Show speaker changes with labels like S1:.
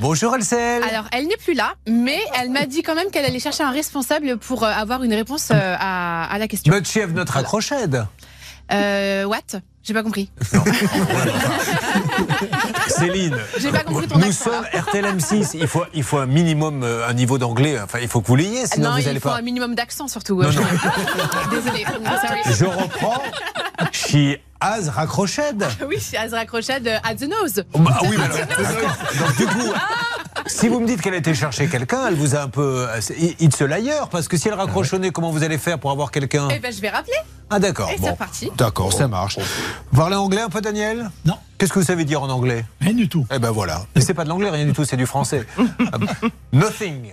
S1: Bonjour LCL.
S2: Alors, elle n'est plus là, mais elle m'a dit quand même qu'elle allait chercher un responsable pour euh, avoir une réponse euh, à, à la question.
S1: Notre chef, notre accrochède.
S2: Ah, Euh, what J'ai pas compris.
S1: Céline.
S2: J'ai pas compris ton
S1: Nous
S2: accent,
S1: sommes
S2: là.
S1: RTLM6. Il faut, il faut un minimum, euh, un niveau d'anglais. Enfin, il faut que vous l'ayez, sinon
S2: non,
S1: vous
S2: il
S1: n'allez
S2: faut
S1: pas.
S2: un minimum d'accent surtout. euh,
S1: Non, non.
S2: Désolée. Sorry.
S1: Je reprends. She has raccrochède.
S2: Oui, c'est Azra Crochet de At the Nose.
S1: Bah oui, mais alors, d'accord. Donc, du coup, si vous me dites qu'elle a été chercher quelqu'un, elle vous a un peu. euh, It's a liar, parce que si elle raccroche au nez, comment vous allez faire pour avoir quelqu'un
S2: Eh ben, je vais rappeler.
S1: Ah, d'accord.
S2: Et
S1: bon.
S2: c'est parti.
S1: D'accord, ça marche. Vous Parlez anglais un peu, Daniel
S3: Non.
S1: Qu'est-ce que vous savez dire en anglais
S3: Rien du tout.
S1: Eh ben voilà. Mais c'est pas de l'anglais, rien du tout, c'est du français. Ah, Nothing.